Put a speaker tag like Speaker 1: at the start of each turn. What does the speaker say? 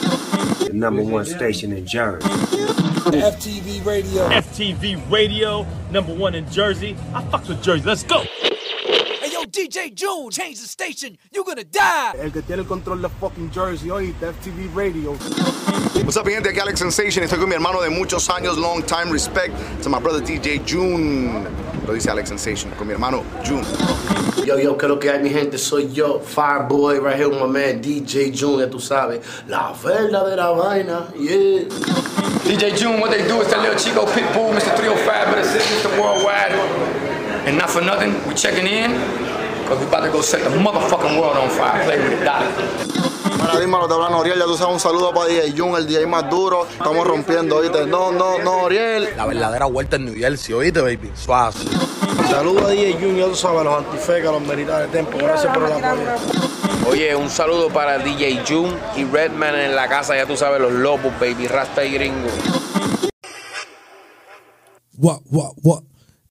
Speaker 1: the number one station in Jersey.
Speaker 2: FTV Radio.
Speaker 3: FTV Radio, number one in Jersey. I fucks with Jersey. Let's go.
Speaker 4: Hey, yo, DJ June, change the station. You're gonna die.
Speaker 5: El que tiene el control de fucking Jersey ahorita, FTV Radio.
Speaker 6: What's up, mi gente? Aquí Alex Sensation. Estoy con mi hermano de muchos años, long time respect. To my brother DJ June. Lo dice Alex Sensation, con mi hermano June.
Speaker 7: Yo, yo, creo que hay mi gente, soy yo, Fireboy, right here with
Speaker 8: Mm.
Speaker 7: my man DJ June, ya tú sabes, la verdadera vaina, yeah.
Speaker 9: DJ June, what they do is that little Chico Pitbull, oh Mr. 305, but it's Mr. Worldwide. And not for nothing, we checking in, because we about to go set the motherfucking world on fire. Play with it, dollar.
Speaker 6: Ahora mismo lo te hablan Oriel, ya tú sabes, un saludo para DJ Jun, el DJ más duro. Estamos rompiendo, ¿oíste? No, no, no, Oriel.
Speaker 8: La verdadera vuelta en New Jersey, oíste, baby. Suazo.
Speaker 5: Saludos a DJ Jun, ya tú sabes, los antifecas, los militares de tempo. Gracias por el apoyo.
Speaker 10: Oye, un saludo para DJ June y Redman en la casa, ya tú sabes, los lobos, baby, rasta y gringo.
Speaker 2: What, what, what?